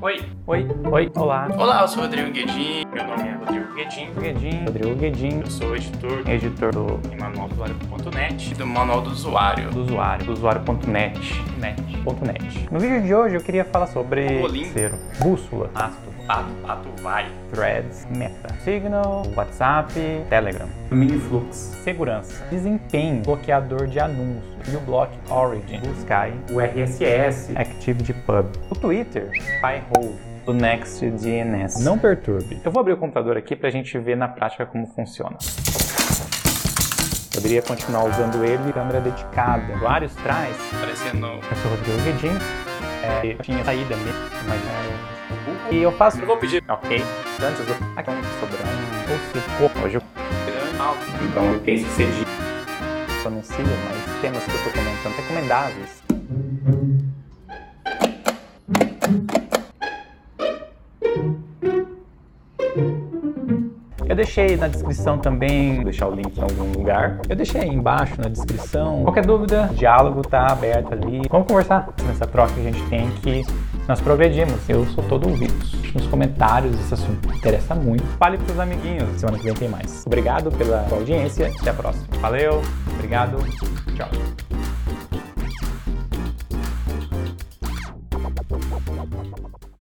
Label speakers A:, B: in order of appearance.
A: Oi,
B: Oi, oi, olá.
A: olá, eu sou o Rodrigo Guedin. Meu nome é Rodrigo Guedin.
B: Guedin, Rodrigo Guedin,
A: Eu sou editor
B: editor do,
A: em manualdosuário.net e do Manual do Usuário.
B: do usuário, do usuário.net.
A: Net.
B: ponto .net. No vídeo de hoje eu queria falar sobre
A: Olimpo.
B: terceiro, bússola, astro,
A: Pato, pato, vai.
B: threads, meta, signal, WhatsApp, Telegram,
A: Miniflux.
B: segurança, desempenho, bloqueador de anúncios, uBlock Origin, Sky,
A: O RSS.
B: ActivityPub, o Twitter, Firehole, o Next DNS. Não perturbe. Eu vou abrir o computador aqui pra gente ver na prática como funciona. Poderia continuar usando ele, câmera dedicada, vários trás.
A: Aparecendo no
B: Eu sou o Rodrigo Guedin, é, eu tinha saída mesmo, mas é, E eu faço...
A: Eu vou pedir
B: Ok. Antes eu... Aqui é um sobrando. Ou se for, hoje eu
A: grande alto.
B: então eu penso ser de anuncio, mas temas que eu tô comentando recomendáveis. Eu deixei na descrição também, vou deixar o link em algum lugar. Eu deixei aí embaixo na descrição. Qualquer dúvida, o diálogo tá aberto ali. Vamos conversar nessa troca que a gente tem que nós progredimos. Eu sou todo ouvidos nos comentários esse assunto interessa muito. Fale pros amiguinhos. Semana que vem tem mais. Obrigado pela sua audiência. Até a próxima. Valeu. Obrigado. Tchau.